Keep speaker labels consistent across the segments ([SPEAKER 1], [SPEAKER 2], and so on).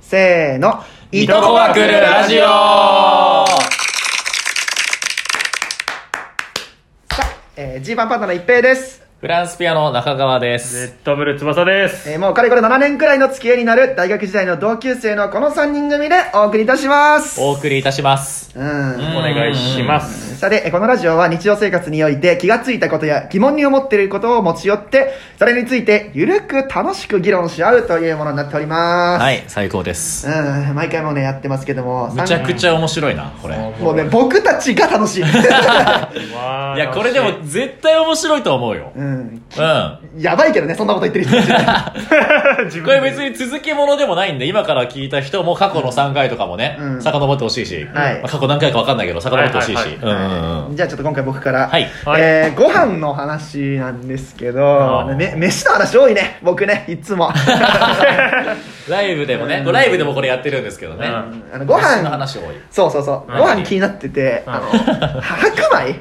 [SPEAKER 1] せーの。
[SPEAKER 2] いとこが来るラジオ
[SPEAKER 1] さあ、えー、G パンパンダの一平です。
[SPEAKER 2] フランスピアノ中川です。
[SPEAKER 3] ットブル翼です。
[SPEAKER 1] えー、もうかれこれ7年くらいの付き合いになる大学時代の同級生のこの3人組でお送りいたします。
[SPEAKER 2] お送りいたします。
[SPEAKER 1] うん。
[SPEAKER 3] お願いします。
[SPEAKER 1] さて、えーこのラジオは日常生活において気がついたことや疑問に思っていることを持ち寄って、それについてゆるく楽しく議論し合うというものになっております。
[SPEAKER 2] はい、最高です。
[SPEAKER 1] うん、毎回もうね、やってますけども。
[SPEAKER 2] むちゃくちゃ面白いな、これ。い
[SPEAKER 1] もうね、僕たちが楽しい。う
[SPEAKER 3] わー
[SPEAKER 2] や、これでも絶対面白いと思うよ。
[SPEAKER 1] ん。
[SPEAKER 2] うん。
[SPEAKER 1] やばいけどね、そんなこと言ってる人たち。
[SPEAKER 3] 自
[SPEAKER 2] これ
[SPEAKER 3] 分で
[SPEAKER 2] 別に続きものでもないんで、今から聞いた人も過去の3回とかもね、
[SPEAKER 1] うん
[SPEAKER 2] 遡ってほしいし、
[SPEAKER 1] はい
[SPEAKER 2] まあ過去何回か分かんないけど、遡ってほしいし。
[SPEAKER 3] はいはい
[SPEAKER 2] うんうんうん。
[SPEAKER 1] じゃあちょっと今回僕から。
[SPEAKER 2] はい
[SPEAKER 3] はい
[SPEAKER 1] えー、ご飯の話なんですけ
[SPEAKER 3] あ
[SPEAKER 1] ど、
[SPEAKER 3] ー
[SPEAKER 1] め、飯の話多いね、僕ね、い つも。
[SPEAKER 2] ライブでもね、ライブでもこれやってるんですけどね。
[SPEAKER 3] うん
[SPEAKER 1] あのご
[SPEAKER 2] 飯の
[SPEAKER 1] 飯、
[SPEAKER 2] 話多い。うん。
[SPEAKER 1] そうそうそう、ご飯気になってて、
[SPEAKER 3] うん
[SPEAKER 1] あの、白米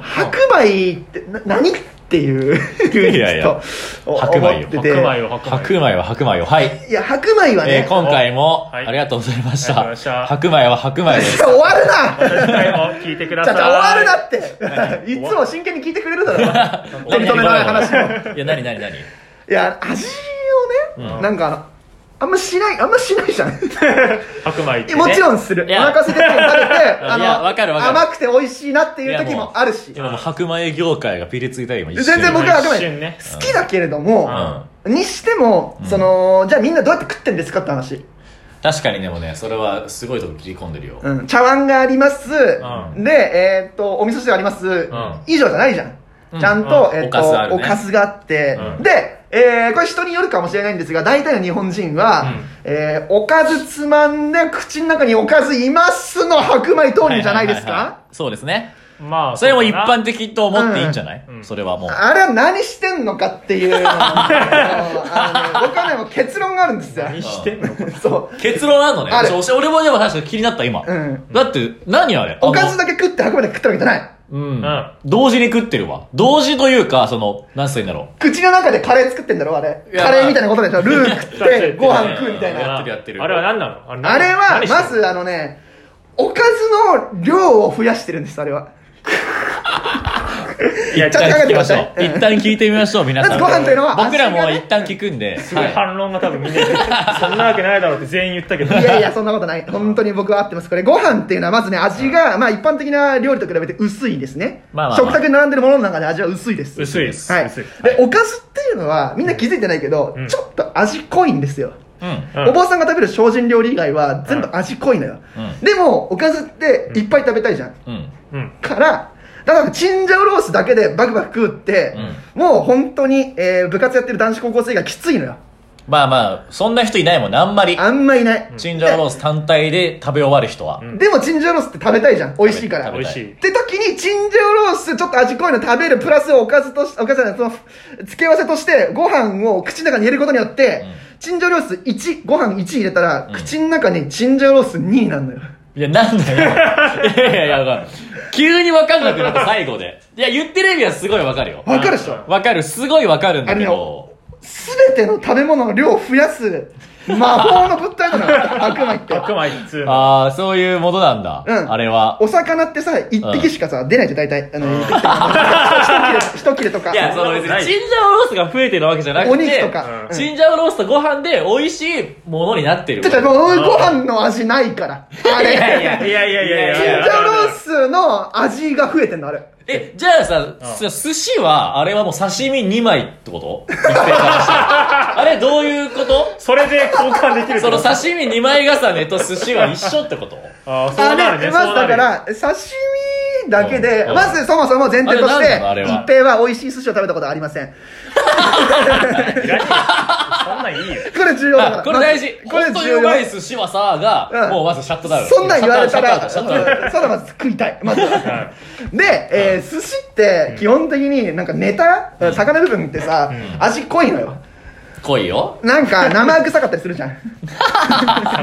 [SPEAKER 1] 白米って、な、何っていうふうに
[SPEAKER 2] い
[SPEAKER 1] ち
[SPEAKER 2] やいや
[SPEAKER 1] ょっとお
[SPEAKER 2] 白米
[SPEAKER 1] 思
[SPEAKER 2] よ
[SPEAKER 1] って
[SPEAKER 3] 白米
[SPEAKER 1] て。
[SPEAKER 3] を白
[SPEAKER 2] 白
[SPEAKER 3] 米。
[SPEAKER 2] 米は白米を。はい。
[SPEAKER 1] いや、白米は
[SPEAKER 2] えー
[SPEAKER 1] ね、
[SPEAKER 2] 今回もあ
[SPEAKER 3] はい
[SPEAKER 2] りがとうございまし
[SPEAKER 3] あ
[SPEAKER 2] た。
[SPEAKER 3] りがとうございました
[SPEAKER 2] 白米は白米です。
[SPEAKER 1] 終わる な
[SPEAKER 3] 今回も聞いてくだ
[SPEAKER 1] ち
[SPEAKER 3] さ
[SPEAKER 1] ゃ
[SPEAKER 3] い。
[SPEAKER 1] ちゃ終わるなって いつも真剣に聞いてくれるだろ 取り留めのない話も
[SPEAKER 2] いや、なになになに
[SPEAKER 1] いや味をね、
[SPEAKER 3] うん
[SPEAKER 1] なんかあのあんましないあんましない じゃん
[SPEAKER 3] 白米って、ね。
[SPEAKER 1] もちろんする
[SPEAKER 2] い
[SPEAKER 1] お
[SPEAKER 2] や
[SPEAKER 1] 腹空いてて食べてあ
[SPEAKER 2] いやわかるわかる
[SPEAKER 1] 甘くて美味しいなっていう時もあるし
[SPEAKER 2] 今もう白米業界がピリついたよ、今一瞬
[SPEAKER 1] 全然僕は
[SPEAKER 3] 一
[SPEAKER 1] 白
[SPEAKER 3] 瞬
[SPEAKER 1] 米、
[SPEAKER 3] ね
[SPEAKER 1] 好きだけれども、にしても、そのじゃあみんなどうやって食ってんですかって話、
[SPEAKER 2] 確かにでもね、それはすごいとこ切り込んでるよ。
[SPEAKER 1] うん、茶碗があります、
[SPEAKER 3] う
[SPEAKER 1] でえーっとお味噌汁あります、
[SPEAKER 3] ん
[SPEAKER 1] 以上じゃないじゃん
[SPEAKER 2] うん
[SPEAKER 1] ちゃんと、
[SPEAKER 2] うん
[SPEAKER 1] えーっと
[SPEAKER 2] おかずあるね
[SPEAKER 1] かずがあって、
[SPEAKER 3] うん
[SPEAKER 1] で、えーこれ人によるかもしれないんですが大体の日本人は、
[SPEAKER 3] うん
[SPEAKER 1] えーおかずつまんで口の中におかずいますの白米投入じゃないですか、
[SPEAKER 2] はははいそうですね。
[SPEAKER 3] まあ、
[SPEAKER 2] それも一
[SPEAKER 3] そうだな
[SPEAKER 2] 般的と思っていいんじゃない
[SPEAKER 3] うん
[SPEAKER 2] それはもう。
[SPEAKER 1] あれは何してんのかって いうのもあのね僕はねもう結論があるんですよ
[SPEAKER 3] 何してんのこれ
[SPEAKER 1] そう
[SPEAKER 2] 結論あんのね
[SPEAKER 1] あ。る
[SPEAKER 2] そう俺もでも確かに気になった今。
[SPEAKER 1] うん
[SPEAKER 2] だって、何あれ
[SPEAKER 1] おかず
[SPEAKER 2] だ。
[SPEAKER 1] だけ食って白米だけ食ったわけじゃない
[SPEAKER 2] うん
[SPEAKER 3] うん。
[SPEAKER 2] 同時に食ってるわ。同時というか、その、なんつうんだろう。
[SPEAKER 1] 口の中でカレー作ってんだろあれ
[SPEAKER 2] いや
[SPEAKER 1] カレーみたいなことでしょルー食っ
[SPEAKER 3] やって
[SPEAKER 1] て
[SPEAKER 3] る
[SPEAKER 1] ご飯食うみたいな
[SPEAKER 2] やってるやってる
[SPEAKER 3] あれは何なのあれ何
[SPEAKER 1] あれは
[SPEAKER 3] 何してん
[SPEAKER 1] ま
[SPEAKER 3] の
[SPEAKER 1] ずあのねおかずの量を増やしてるんですあれはい
[SPEAKER 3] や、
[SPEAKER 2] 一
[SPEAKER 1] ちょっと
[SPEAKER 2] 旦
[SPEAKER 1] 考えてくだ
[SPEAKER 2] 聞きましょ。
[SPEAKER 1] さいう
[SPEAKER 2] 一旦聞いてみましょう、皆さん。
[SPEAKER 1] まずご飯というのは
[SPEAKER 2] 僕ら
[SPEAKER 1] 足が
[SPEAKER 2] も
[SPEAKER 1] ね
[SPEAKER 2] 一旦聞くんで。
[SPEAKER 3] すごい
[SPEAKER 2] は
[SPEAKER 3] 反論が多分みんな言ってる そんなわけないだろうって全員言ったけど。
[SPEAKER 1] いやいや、そんなことない。本当に僕は合ってます。これ、ご飯っていうのは、まずね、味が、まあ、一般的な料理と比べて薄いですね。
[SPEAKER 2] まあまあまあ
[SPEAKER 1] 食卓に並んでるものの中で味は薄いです。
[SPEAKER 3] 薄いです。
[SPEAKER 1] はい。
[SPEAKER 3] 薄い。
[SPEAKER 1] で、おかずっていうのは、みんな気づいてないけど、
[SPEAKER 3] うん
[SPEAKER 1] ちょっと味濃いんですよ。
[SPEAKER 2] うん。
[SPEAKER 3] うん
[SPEAKER 1] お坊さんが食べる精進料理以外は、全部味濃いのよ。
[SPEAKER 2] うん
[SPEAKER 1] でも、おかずって、いっぱい食べたいじゃん。
[SPEAKER 2] うん。
[SPEAKER 3] うん。
[SPEAKER 1] から、だから、チンジャオロースだけでバクバク食うって、もう本当に、えー部活やってる男子高校生がきついのよ。
[SPEAKER 2] まあまあ、そんな人いないもんね、あんまり。
[SPEAKER 1] あんまいない。
[SPEAKER 2] チンジャオロース単体で食べ終わる人は。
[SPEAKER 3] うん
[SPEAKER 1] でもチンジャオロースって食べたいじゃん美味しいから
[SPEAKER 2] 食
[SPEAKER 3] 美
[SPEAKER 2] べ
[SPEAKER 3] 味しい
[SPEAKER 1] っ。て時にチンジャオロースちょっと味濃いの食べるプラスおかずとしおかずじゃないその付け合わせとしてご飯を口の中に入れることによって、チンジャオロース1ご飯1入れたら、口の中にチンジャオロース2になるのよ
[SPEAKER 2] いや、なんだよ。いやいやいや、わかる急にわかんなくなった、最後で。いや、言ってる意味はすごいわかるよ。
[SPEAKER 1] わかるでしょ
[SPEAKER 2] わかる、すごいわかるんだけど。
[SPEAKER 1] 全ての食べ物の量を増やす魔法の物体なの よ白米って
[SPEAKER 3] 白米普通の。
[SPEAKER 2] ああ、そういうものなんだ。
[SPEAKER 1] うん
[SPEAKER 2] あれは。
[SPEAKER 1] お魚ってさ一匹しかさ、出ないじゃん大体あの一匹とか一切れ一切れとか
[SPEAKER 2] いや、その別に、チンジャオロースが増えてるわけじゃなくて、
[SPEAKER 1] お肉とか、
[SPEAKER 3] うん
[SPEAKER 1] うん
[SPEAKER 2] チンジャオロースとご飯で美味しいものになってる。
[SPEAKER 1] ちょっともうご飯の味ないからあれ
[SPEAKER 2] いやいや
[SPEAKER 3] いやいやいやいや。
[SPEAKER 1] チンジャオロースの味が増えてんのあれ
[SPEAKER 2] え、じゃあさ、
[SPEAKER 3] う
[SPEAKER 2] 寿司は、あれはもう刺身2枚ってこと一平からしたらあれどういうこと
[SPEAKER 3] それで交換できるって
[SPEAKER 2] そ
[SPEAKER 3] こと
[SPEAKER 2] の刺身2枚重ねと寿司は一緒ってこと
[SPEAKER 3] ああ、そうな
[SPEAKER 1] あ
[SPEAKER 3] るね。
[SPEAKER 1] れまずだか
[SPEAKER 3] そうなるね、
[SPEAKER 1] ら刺身だけで
[SPEAKER 2] うんうん
[SPEAKER 1] まずそもそも前提とし
[SPEAKER 2] あれ
[SPEAKER 1] て
[SPEAKER 2] なんなのあれは
[SPEAKER 1] 一平は美味しい寿司を食べたことはありません
[SPEAKER 3] いらねえよそんなんいいよ。
[SPEAKER 1] これ重要だから
[SPEAKER 2] あこれ大事。
[SPEAKER 1] まずこれ
[SPEAKER 2] 本当
[SPEAKER 1] 重
[SPEAKER 2] に
[SPEAKER 1] 要
[SPEAKER 2] うまい寿司はさ、
[SPEAKER 1] う
[SPEAKER 2] が、
[SPEAKER 1] ん
[SPEAKER 2] もうまずシャットダウン。
[SPEAKER 1] そんなん言われた
[SPEAKER 2] シャ
[SPEAKER 1] ら
[SPEAKER 2] ッ
[SPEAKER 1] そ
[SPEAKER 2] ト
[SPEAKER 1] う
[SPEAKER 2] ダウンシャットダウンシャットダウン
[SPEAKER 1] だまず食いたいまずはで、えー寿司って基本的になんかネタ魚部分ってさ味濃いのよ
[SPEAKER 2] 濃いよ。
[SPEAKER 1] なん か生臭かったりするじゃん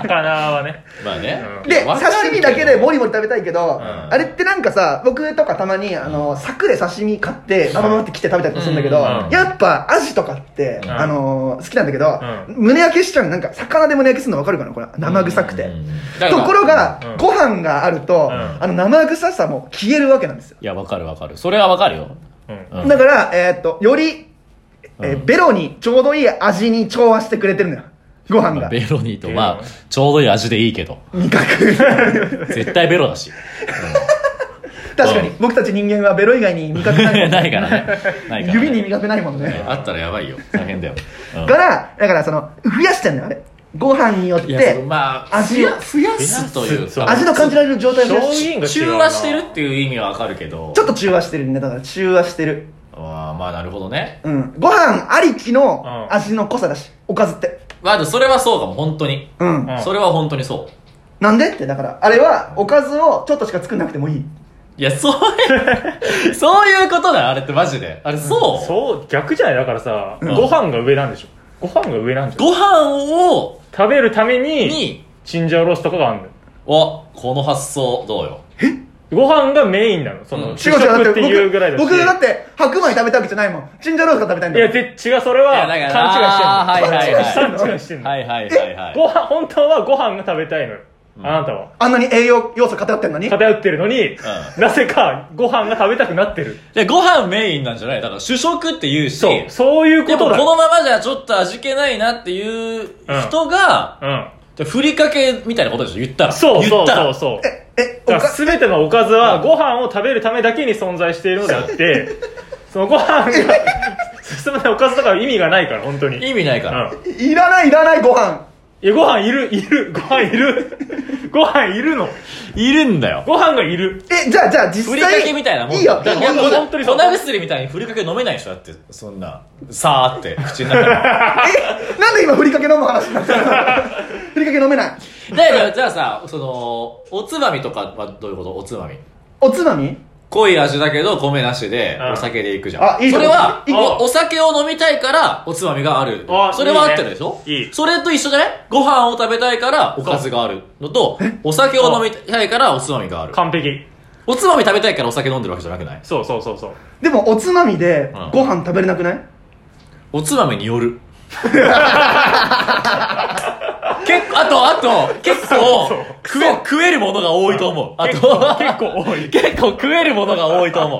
[SPEAKER 3] 魚はね
[SPEAKER 2] まあね。
[SPEAKER 3] うん
[SPEAKER 1] で
[SPEAKER 2] いやわかる
[SPEAKER 1] 刺身だけでモリモリ食べたいけど、
[SPEAKER 3] ん
[SPEAKER 1] あれってなんかさ僕とかたまにあの柵で刺身買ってあのままって来て食べたりとかするんだけど、
[SPEAKER 3] うんうん
[SPEAKER 1] やっぱアジとかって、
[SPEAKER 3] ん
[SPEAKER 1] あの好きなんだけど、
[SPEAKER 3] う
[SPEAKER 1] 胸焼けしちゃうなんか魚で胸焼けするの分かるかなこれ生臭くて、
[SPEAKER 2] うんだから
[SPEAKER 1] ところが、
[SPEAKER 3] うん
[SPEAKER 1] ご飯があると、
[SPEAKER 3] うん
[SPEAKER 1] あの生臭さも消えるわけなんですよ、
[SPEAKER 2] いや、わかるわかる。それはわかるよ。
[SPEAKER 3] うん
[SPEAKER 2] うん
[SPEAKER 1] だから、えーっとより、えーベロにちょうどいい味に調和してくれてるのよご飯
[SPEAKER 2] まあ
[SPEAKER 1] が
[SPEAKER 2] ベロニーと、
[SPEAKER 3] うん
[SPEAKER 2] まあ、ちょうどいい味でいいけど。
[SPEAKER 1] 味覚
[SPEAKER 2] 絶対ベロだ し。
[SPEAKER 1] 確かに、
[SPEAKER 2] う
[SPEAKER 1] 僕たち人間はベロ以外に味覚ないもんね
[SPEAKER 2] ないからね。ないからね。
[SPEAKER 1] 指に味覚ないもんね
[SPEAKER 2] ねあったらやばいよ。大変だよ。うん
[SPEAKER 1] からだからその増やしてんのよあれご飯によっ
[SPEAKER 2] いや、その
[SPEAKER 1] て
[SPEAKER 2] まあ、
[SPEAKER 1] 味を
[SPEAKER 2] 増やすという
[SPEAKER 3] そう
[SPEAKER 2] か。
[SPEAKER 1] 味の感じられる状態を増やし
[SPEAKER 3] 商品が違うな
[SPEAKER 2] 中和してるっていう意味はわかるけど。
[SPEAKER 1] ちょっと中和してるねだから中和してる
[SPEAKER 2] あーまあ、なるほどね。
[SPEAKER 1] うんご飯ありきの
[SPEAKER 3] うん
[SPEAKER 1] 味の濃さだしおかずって
[SPEAKER 2] まあ、でもそれはそうかも、本当に。
[SPEAKER 1] うん
[SPEAKER 3] うん
[SPEAKER 2] それは本当にそう。
[SPEAKER 1] なんでってだからあれはおかずをちょっとしか作んなくてもいい
[SPEAKER 2] いや、そう いう、そういうことだよ、あれってマジで。あれ、そう。
[SPEAKER 3] そう逆じゃないだからさ、
[SPEAKER 2] ん
[SPEAKER 3] ご飯が上なんでしょご飯が上なんじゃん
[SPEAKER 2] ご飯を、
[SPEAKER 3] 食べるために
[SPEAKER 2] に、
[SPEAKER 3] チンジャオロースとかがあるのよ
[SPEAKER 2] お、この発想、どうよ。
[SPEAKER 3] ご飯がメインなのそ
[SPEAKER 2] うん
[SPEAKER 3] の主
[SPEAKER 1] 違う
[SPEAKER 3] 食
[SPEAKER 1] 違うだ
[SPEAKER 3] っ
[SPEAKER 1] って
[SPEAKER 3] ていうぐらいだ
[SPEAKER 1] 僕
[SPEAKER 3] し
[SPEAKER 1] 僕だって白米食べたわけじゃないもんチンジャオロースが食べたいん
[SPEAKER 3] い
[SPEAKER 1] だ
[SPEAKER 3] や
[SPEAKER 1] よ
[SPEAKER 3] で違うそれはい
[SPEAKER 2] やだからあ
[SPEAKER 3] 勘
[SPEAKER 2] ーはいはいはい
[SPEAKER 3] 違いしてんの勘違いしてんの
[SPEAKER 2] はいはいはいはい。
[SPEAKER 3] ご飯本当はご飯が食べたいのよあなたは
[SPEAKER 1] あんなに栄養要素偏ってんのに
[SPEAKER 3] 偏ってるのになぜかご飯が食べたくなってる
[SPEAKER 2] で、ご飯メインなんじゃないだから主食って言うし、
[SPEAKER 3] そうそういう
[SPEAKER 2] で
[SPEAKER 3] こ
[SPEAKER 2] もこ
[SPEAKER 3] とだ
[SPEAKER 2] のままじゃちょっと味気ないなっていう人が、
[SPEAKER 3] うん
[SPEAKER 2] でふりかけみたいなことでしょ言ったら。
[SPEAKER 3] そう
[SPEAKER 2] 言
[SPEAKER 3] そ
[SPEAKER 2] っ
[SPEAKER 3] う
[SPEAKER 2] た
[SPEAKER 3] そう
[SPEAKER 2] ら。
[SPEAKER 3] そう
[SPEAKER 1] ええお
[SPEAKER 3] だか
[SPEAKER 1] から
[SPEAKER 3] 全てのおかずはご飯を食べるためだけに存在しているのであって そのご飯が進まないおかずとかは意味がないから本当に、うん、い
[SPEAKER 2] 意味ないから。
[SPEAKER 1] いらないいらないご飯
[SPEAKER 3] やご飯いるいるご飯いる ご飯いるの
[SPEAKER 2] いるんだよ。
[SPEAKER 3] ご飯がいる
[SPEAKER 1] えじゃあじゃあ実際
[SPEAKER 2] ふりかけみたいなもん
[SPEAKER 1] いいよいい
[SPEAKER 2] だ
[SPEAKER 1] よ
[SPEAKER 2] いや
[SPEAKER 1] いいよ
[SPEAKER 2] 粉
[SPEAKER 3] 本当にそう
[SPEAKER 2] 粉薬みたいにふりかけ飲めないでしょだって、そんな、さーって、口の中
[SPEAKER 1] えなんで今ふりかけ飲む話になった のふりかけ飲めない
[SPEAKER 2] に。だよ、じゃあさ、その、おつまみとかはどういうことおつまみ。
[SPEAKER 1] おつまみ
[SPEAKER 2] 濃い味だけど、米なしで、
[SPEAKER 3] うん
[SPEAKER 2] お酒でいくじゃん。
[SPEAKER 1] あいい
[SPEAKER 2] そ
[SPEAKER 1] とこ
[SPEAKER 2] れは、
[SPEAKER 1] いい
[SPEAKER 3] とこ
[SPEAKER 2] おお酒を飲みたいから、おつまみがある
[SPEAKER 3] あ。
[SPEAKER 2] それは合って
[SPEAKER 3] いい
[SPEAKER 2] る
[SPEAKER 3] ね
[SPEAKER 2] でしょ
[SPEAKER 3] いい
[SPEAKER 2] それと一緒じゃないご飯を食べたいから、おかずがあるのと、お酒を飲みたいから、おつまみがある。
[SPEAKER 3] 完璧
[SPEAKER 2] おつまみ食べたいから、お酒飲んでるわけじゃなくない
[SPEAKER 3] そうそうそうそう
[SPEAKER 1] でもおつまみで
[SPEAKER 2] うん
[SPEAKER 1] ご飯食べれなくない、
[SPEAKER 2] おつまみによる。結構、あと、あと、結構
[SPEAKER 3] そう、
[SPEAKER 2] 食え、食えるものが多いと思う。あ
[SPEAKER 3] 結
[SPEAKER 2] と
[SPEAKER 3] 構、結構多い
[SPEAKER 2] 結構食えるものが多いと思う。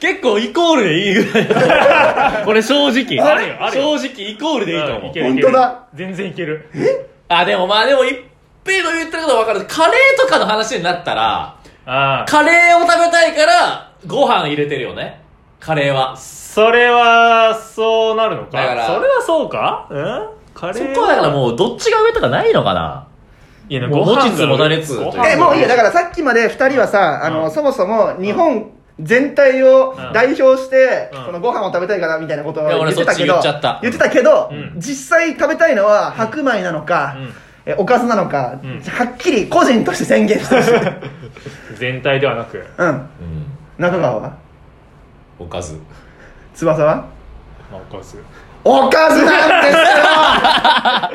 [SPEAKER 2] 結構イコールでいいぐらいだと思う。これ正直。
[SPEAKER 3] あるよあるよ
[SPEAKER 2] 正直イコールでいいと思う
[SPEAKER 3] け。る
[SPEAKER 1] 本
[SPEAKER 3] いける
[SPEAKER 1] 当だ
[SPEAKER 3] 全然いける
[SPEAKER 2] あ、でもまあでも一平の言ってることわかる。カレーとかの話になったら、
[SPEAKER 3] ああ
[SPEAKER 2] カレーを食べたいからご飯入れてるよね。カレーは。
[SPEAKER 3] それはそうなるのか
[SPEAKER 2] だから
[SPEAKER 3] それはそうかうんカレ
[SPEAKER 2] そ
[SPEAKER 3] ーは
[SPEAKER 2] こはだからもうどっちが上とかないのかな。
[SPEAKER 3] いやね
[SPEAKER 2] もう
[SPEAKER 3] ご飯が
[SPEAKER 2] 持ちつ持たれつう
[SPEAKER 3] ご飯
[SPEAKER 2] ん
[SPEAKER 3] が
[SPEAKER 1] えもういいよだからさっきまで2人はさあの、
[SPEAKER 3] うん
[SPEAKER 1] そもそも日本全体を
[SPEAKER 3] うん
[SPEAKER 1] 代表して、
[SPEAKER 3] うん
[SPEAKER 1] そのご飯を食べたいからみたいなことを
[SPEAKER 2] いや
[SPEAKER 1] 言
[SPEAKER 2] 俺
[SPEAKER 1] ってたけど
[SPEAKER 2] そっち言っちゃった
[SPEAKER 1] 言ってたけど、
[SPEAKER 3] うん
[SPEAKER 1] 実際食べたいのは白米なのか、
[SPEAKER 3] うん
[SPEAKER 1] えおかずなのか、
[SPEAKER 3] うん
[SPEAKER 1] はっきり個人として宣言してほしい
[SPEAKER 3] 全体ではなく
[SPEAKER 1] うん
[SPEAKER 2] うん。
[SPEAKER 1] 中川は
[SPEAKER 2] おかず。
[SPEAKER 1] 翼は
[SPEAKER 3] まあおかず
[SPEAKER 1] おかずなんです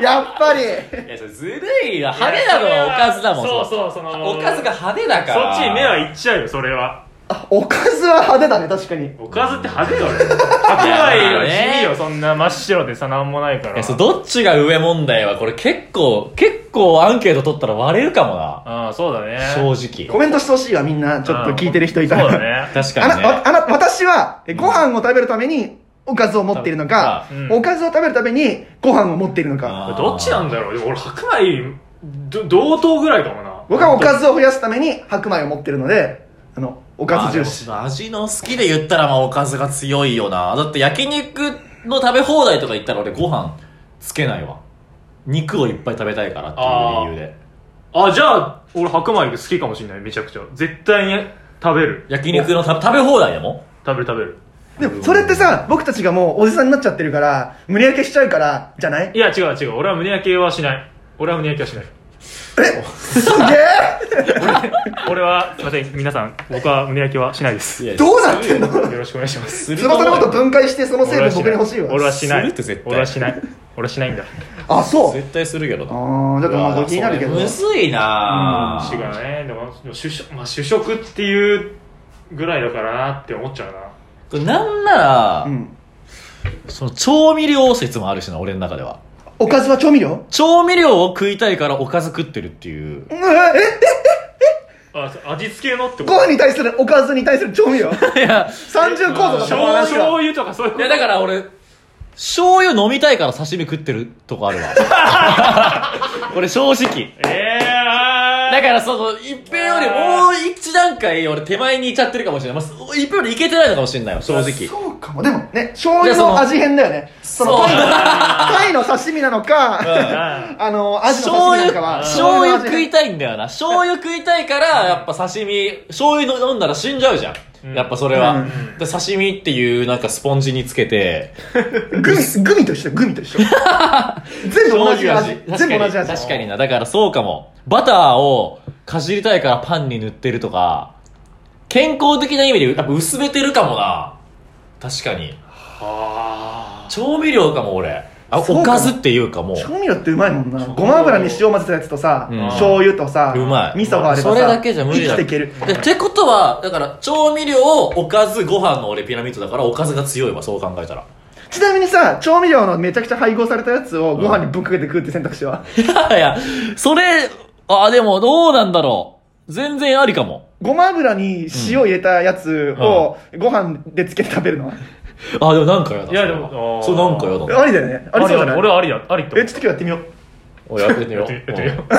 [SPEAKER 1] よやっぱり
[SPEAKER 2] いや、それずるいよ。派手なのはおかずだもん。。
[SPEAKER 3] そうそううその
[SPEAKER 2] おかずが派手だから。
[SPEAKER 3] そっちに目はいっちゃうよそれは
[SPEAKER 1] あおかずは派手だね確かに
[SPEAKER 3] おかずって派手だよ俺白米は地味
[SPEAKER 2] いや
[SPEAKER 3] よそんな真っ白でさなんもないから
[SPEAKER 2] えそうどっちが上問題はこれ結構結構アンケート取ったら割れるかもな、
[SPEAKER 3] ああそうだね
[SPEAKER 2] 正
[SPEAKER 1] コ
[SPEAKER 2] 直
[SPEAKER 1] メントしてほしいわみんなちょっと聞いてる人いたら
[SPEAKER 3] そうだね
[SPEAKER 2] 確
[SPEAKER 1] あ
[SPEAKER 2] かに
[SPEAKER 1] な
[SPEAKER 2] ね
[SPEAKER 1] わあな私はえご飯を食べるためにおかずを持っているのか、
[SPEAKER 3] うん
[SPEAKER 1] おかずを食べるためにご飯を持っているのか、
[SPEAKER 2] あー
[SPEAKER 3] どっちなんだろうでも俺白米ど同等ぐらいかもな
[SPEAKER 1] 僕はおかずを増やすために白米を持っているのであのお
[SPEAKER 2] ま
[SPEAKER 1] か
[SPEAKER 2] あ
[SPEAKER 1] ず重視、
[SPEAKER 2] でも味の好きで言ったらまあおかずが強いよなだって焼肉の食べ放題とか言ったら俺ご飯つけないわ肉をいっぱい食べたいからっていう理由で
[SPEAKER 3] あじゃあ俺白米好きかもしんないめちゃくちゃ絶対に食べる
[SPEAKER 2] 焼肉のた食べ放題でも
[SPEAKER 3] 食べる食べる
[SPEAKER 1] でもそれってさ僕たちがもうおじさんになっちゃってるから胸焼けしちゃうからじゃない
[SPEAKER 3] いや違う違う俺は胸焼けはしない俺は胸焼けはしない
[SPEAKER 1] すげえ
[SPEAKER 3] 俺はすいません皆さん僕は胸焼けはしないですよ
[SPEAKER 2] いや
[SPEAKER 1] どうなってんの
[SPEAKER 3] ろしくお願いします
[SPEAKER 2] すると思
[SPEAKER 1] 翼
[SPEAKER 2] う
[SPEAKER 1] のこと
[SPEAKER 2] よ
[SPEAKER 1] 分解してその成分僕に欲しいわ
[SPEAKER 3] 俺はしな
[SPEAKER 2] する
[SPEAKER 3] い
[SPEAKER 2] って絶対
[SPEAKER 3] 俺はしない俺しないんだ
[SPEAKER 1] あそう
[SPEAKER 2] 絶対するけどな
[SPEAKER 1] ああちょっとまあ
[SPEAKER 2] うわ
[SPEAKER 1] 気になるけど
[SPEAKER 2] それむずいな
[SPEAKER 3] 違うねでもでも主食まあ主食っていうぐらいだからなって思っちゃうな
[SPEAKER 2] これなんなら、
[SPEAKER 1] うん
[SPEAKER 2] その調味料説もあるしな俺の中では
[SPEAKER 1] おかずは調味料
[SPEAKER 2] 調味料を食いたいからおかず食ってるっていう
[SPEAKER 1] うんええ
[SPEAKER 3] あそう味付けのって
[SPEAKER 1] え
[SPEAKER 3] こ
[SPEAKER 1] ご
[SPEAKER 3] と
[SPEAKER 1] 飯に対するおかずに対する調味料
[SPEAKER 2] いや
[SPEAKER 1] 三重構造だった
[SPEAKER 3] 醤
[SPEAKER 1] この話
[SPEAKER 3] 醤
[SPEAKER 1] は
[SPEAKER 3] 油とかそういうこ
[SPEAKER 2] いや
[SPEAKER 3] と
[SPEAKER 2] だから俺醤油飲みたいから刺身食ってるとこあるわ 俺正直
[SPEAKER 3] ええあー
[SPEAKER 2] だからその一平よりもう一段階俺手前にいっちゃってるかもしれない、まあ、一平よりいけてないのかもしれないわ正直
[SPEAKER 1] そうかもでもね醤油
[SPEAKER 2] じゃあそ
[SPEAKER 1] の
[SPEAKER 2] の
[SPEAKER 1] 味変だよねその
[SPEAKER 2] そう
[SPEAKER 1] タイのタイの刺身なのか、
[SPEAKER 3] あ
[SPEAKER 1] あのアジの
[SPEAKER 2] 醤
[SPEAKER 1] 刺身なのか
[SPEAKER 2] 油
[SPEAKER 1] は
[SPEAKER 2] 醤油食い
[SPEAKER 1] た
[SPEAKER 2] たいん だよな醤油食いたいからやっぱ刺身醤油の飲んだら死んじゃうじゃん、
[SPEAKER 3] うん
[SPEAKER 2] やっぱそれは、
[SPEAKER 1] うん
[SPEAKER 2] で刺身っていうなんかスポンジにつけて
[SPEAKER 1] グミグミと一緒グミと 一緒全部同じ味
[SPEAKER 2] 醤油
[SPEAKER 1] 全部同じ
[SPEAKER 2] 確
[SPEAKER 1] 味
[SPEAKER 2] かに確かになだからそうかもバターをかじりたいからパンに塗ってるとか健康的な意味でやっぱ薄めてるかもな確かに
[SPEAKER 3] あ
[SPEAKER 2] 調味料かも俺あ
[SPEAKER 1] そうかも
[SPEAKER 2] おかずっていうかもう
[SPEAKER 1] 調味料ってうまいもんな
[SPEAKER 3] そう
[SPEAKER 1] ごま油に塩混ぜたやつとさ、
[SPEAKER 2] うん
[SPEAKER 1] 醤油とさ
[SPEAKER 2] うまい
[SPEAKER 1] 味噌があればさ
[SPEAKER 2] それだけじゃ無理だ
[SPEAKER 1] 生きていける
[SPEAKER 2] でってことはだから調味料おかずご飯の俺ピラミッドだからおかずが強いわそう考えたら
[SPEAKER 1] ちなみにさ調味料のめちゃくちゃ配合されたやつをご飯にぶっかけて食うって選択肢は、
[SPEAKER 2] いやいやそれあでもどうなんだろう全然ありかも
[SPEAKER 1] ごま油に塩入れたやつをご飯でつけて食べるのは、
[SPEAKER 2] あでもなんかやだ
[SPEAKER 3] いや
[SPEAKER 2] それ
[SPEAKER 3] でも
[SPEAKER 2] は
[SPEAKER 3] あー
[SPEAKER 2] そうなんかやだな
[SPEAKER 1] ありだよね
[SPEAKER 3] あ
[SPEAKER 1] ありそうじゃない
[SPEAKER 3] 俺はありだありって
[SPEAKER 1] えちょっと今日やってみよう
[SPEAKER 2] おやってみ よう
[SPEAKER 3] やってみよう
[SPEAKER 2] うん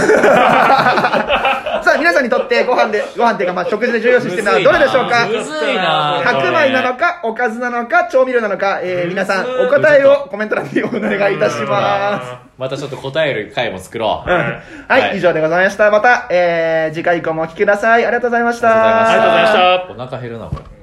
[SPEAKER 1] さあ皆さんにとってご飯でご飯っていうかまあ食事で重要視してるのはどれでしょうか
[SPEAKER 2] むずいな
[SPEAKER 3] むずい
[SPEAKER 1] 白米なのかおかずなのか調味料なのか、えー、皆さんお答えをコメント欄にお願いいたします
[SPEAKER 2] またちょっと答える回も作ろう
[SPEAKER 3] うん
[SPEAKER 1] はい、
[SPEAKER 2] はい
[SPEAKER 1] 以上でございましたまた、えー、次回以降もお聞きくださいありがとうございました
[SPEAKER 2] ありがとうございました
[SPEAKER 3] ありがとうございま
[SPEAKER 2] お腹減るなこれ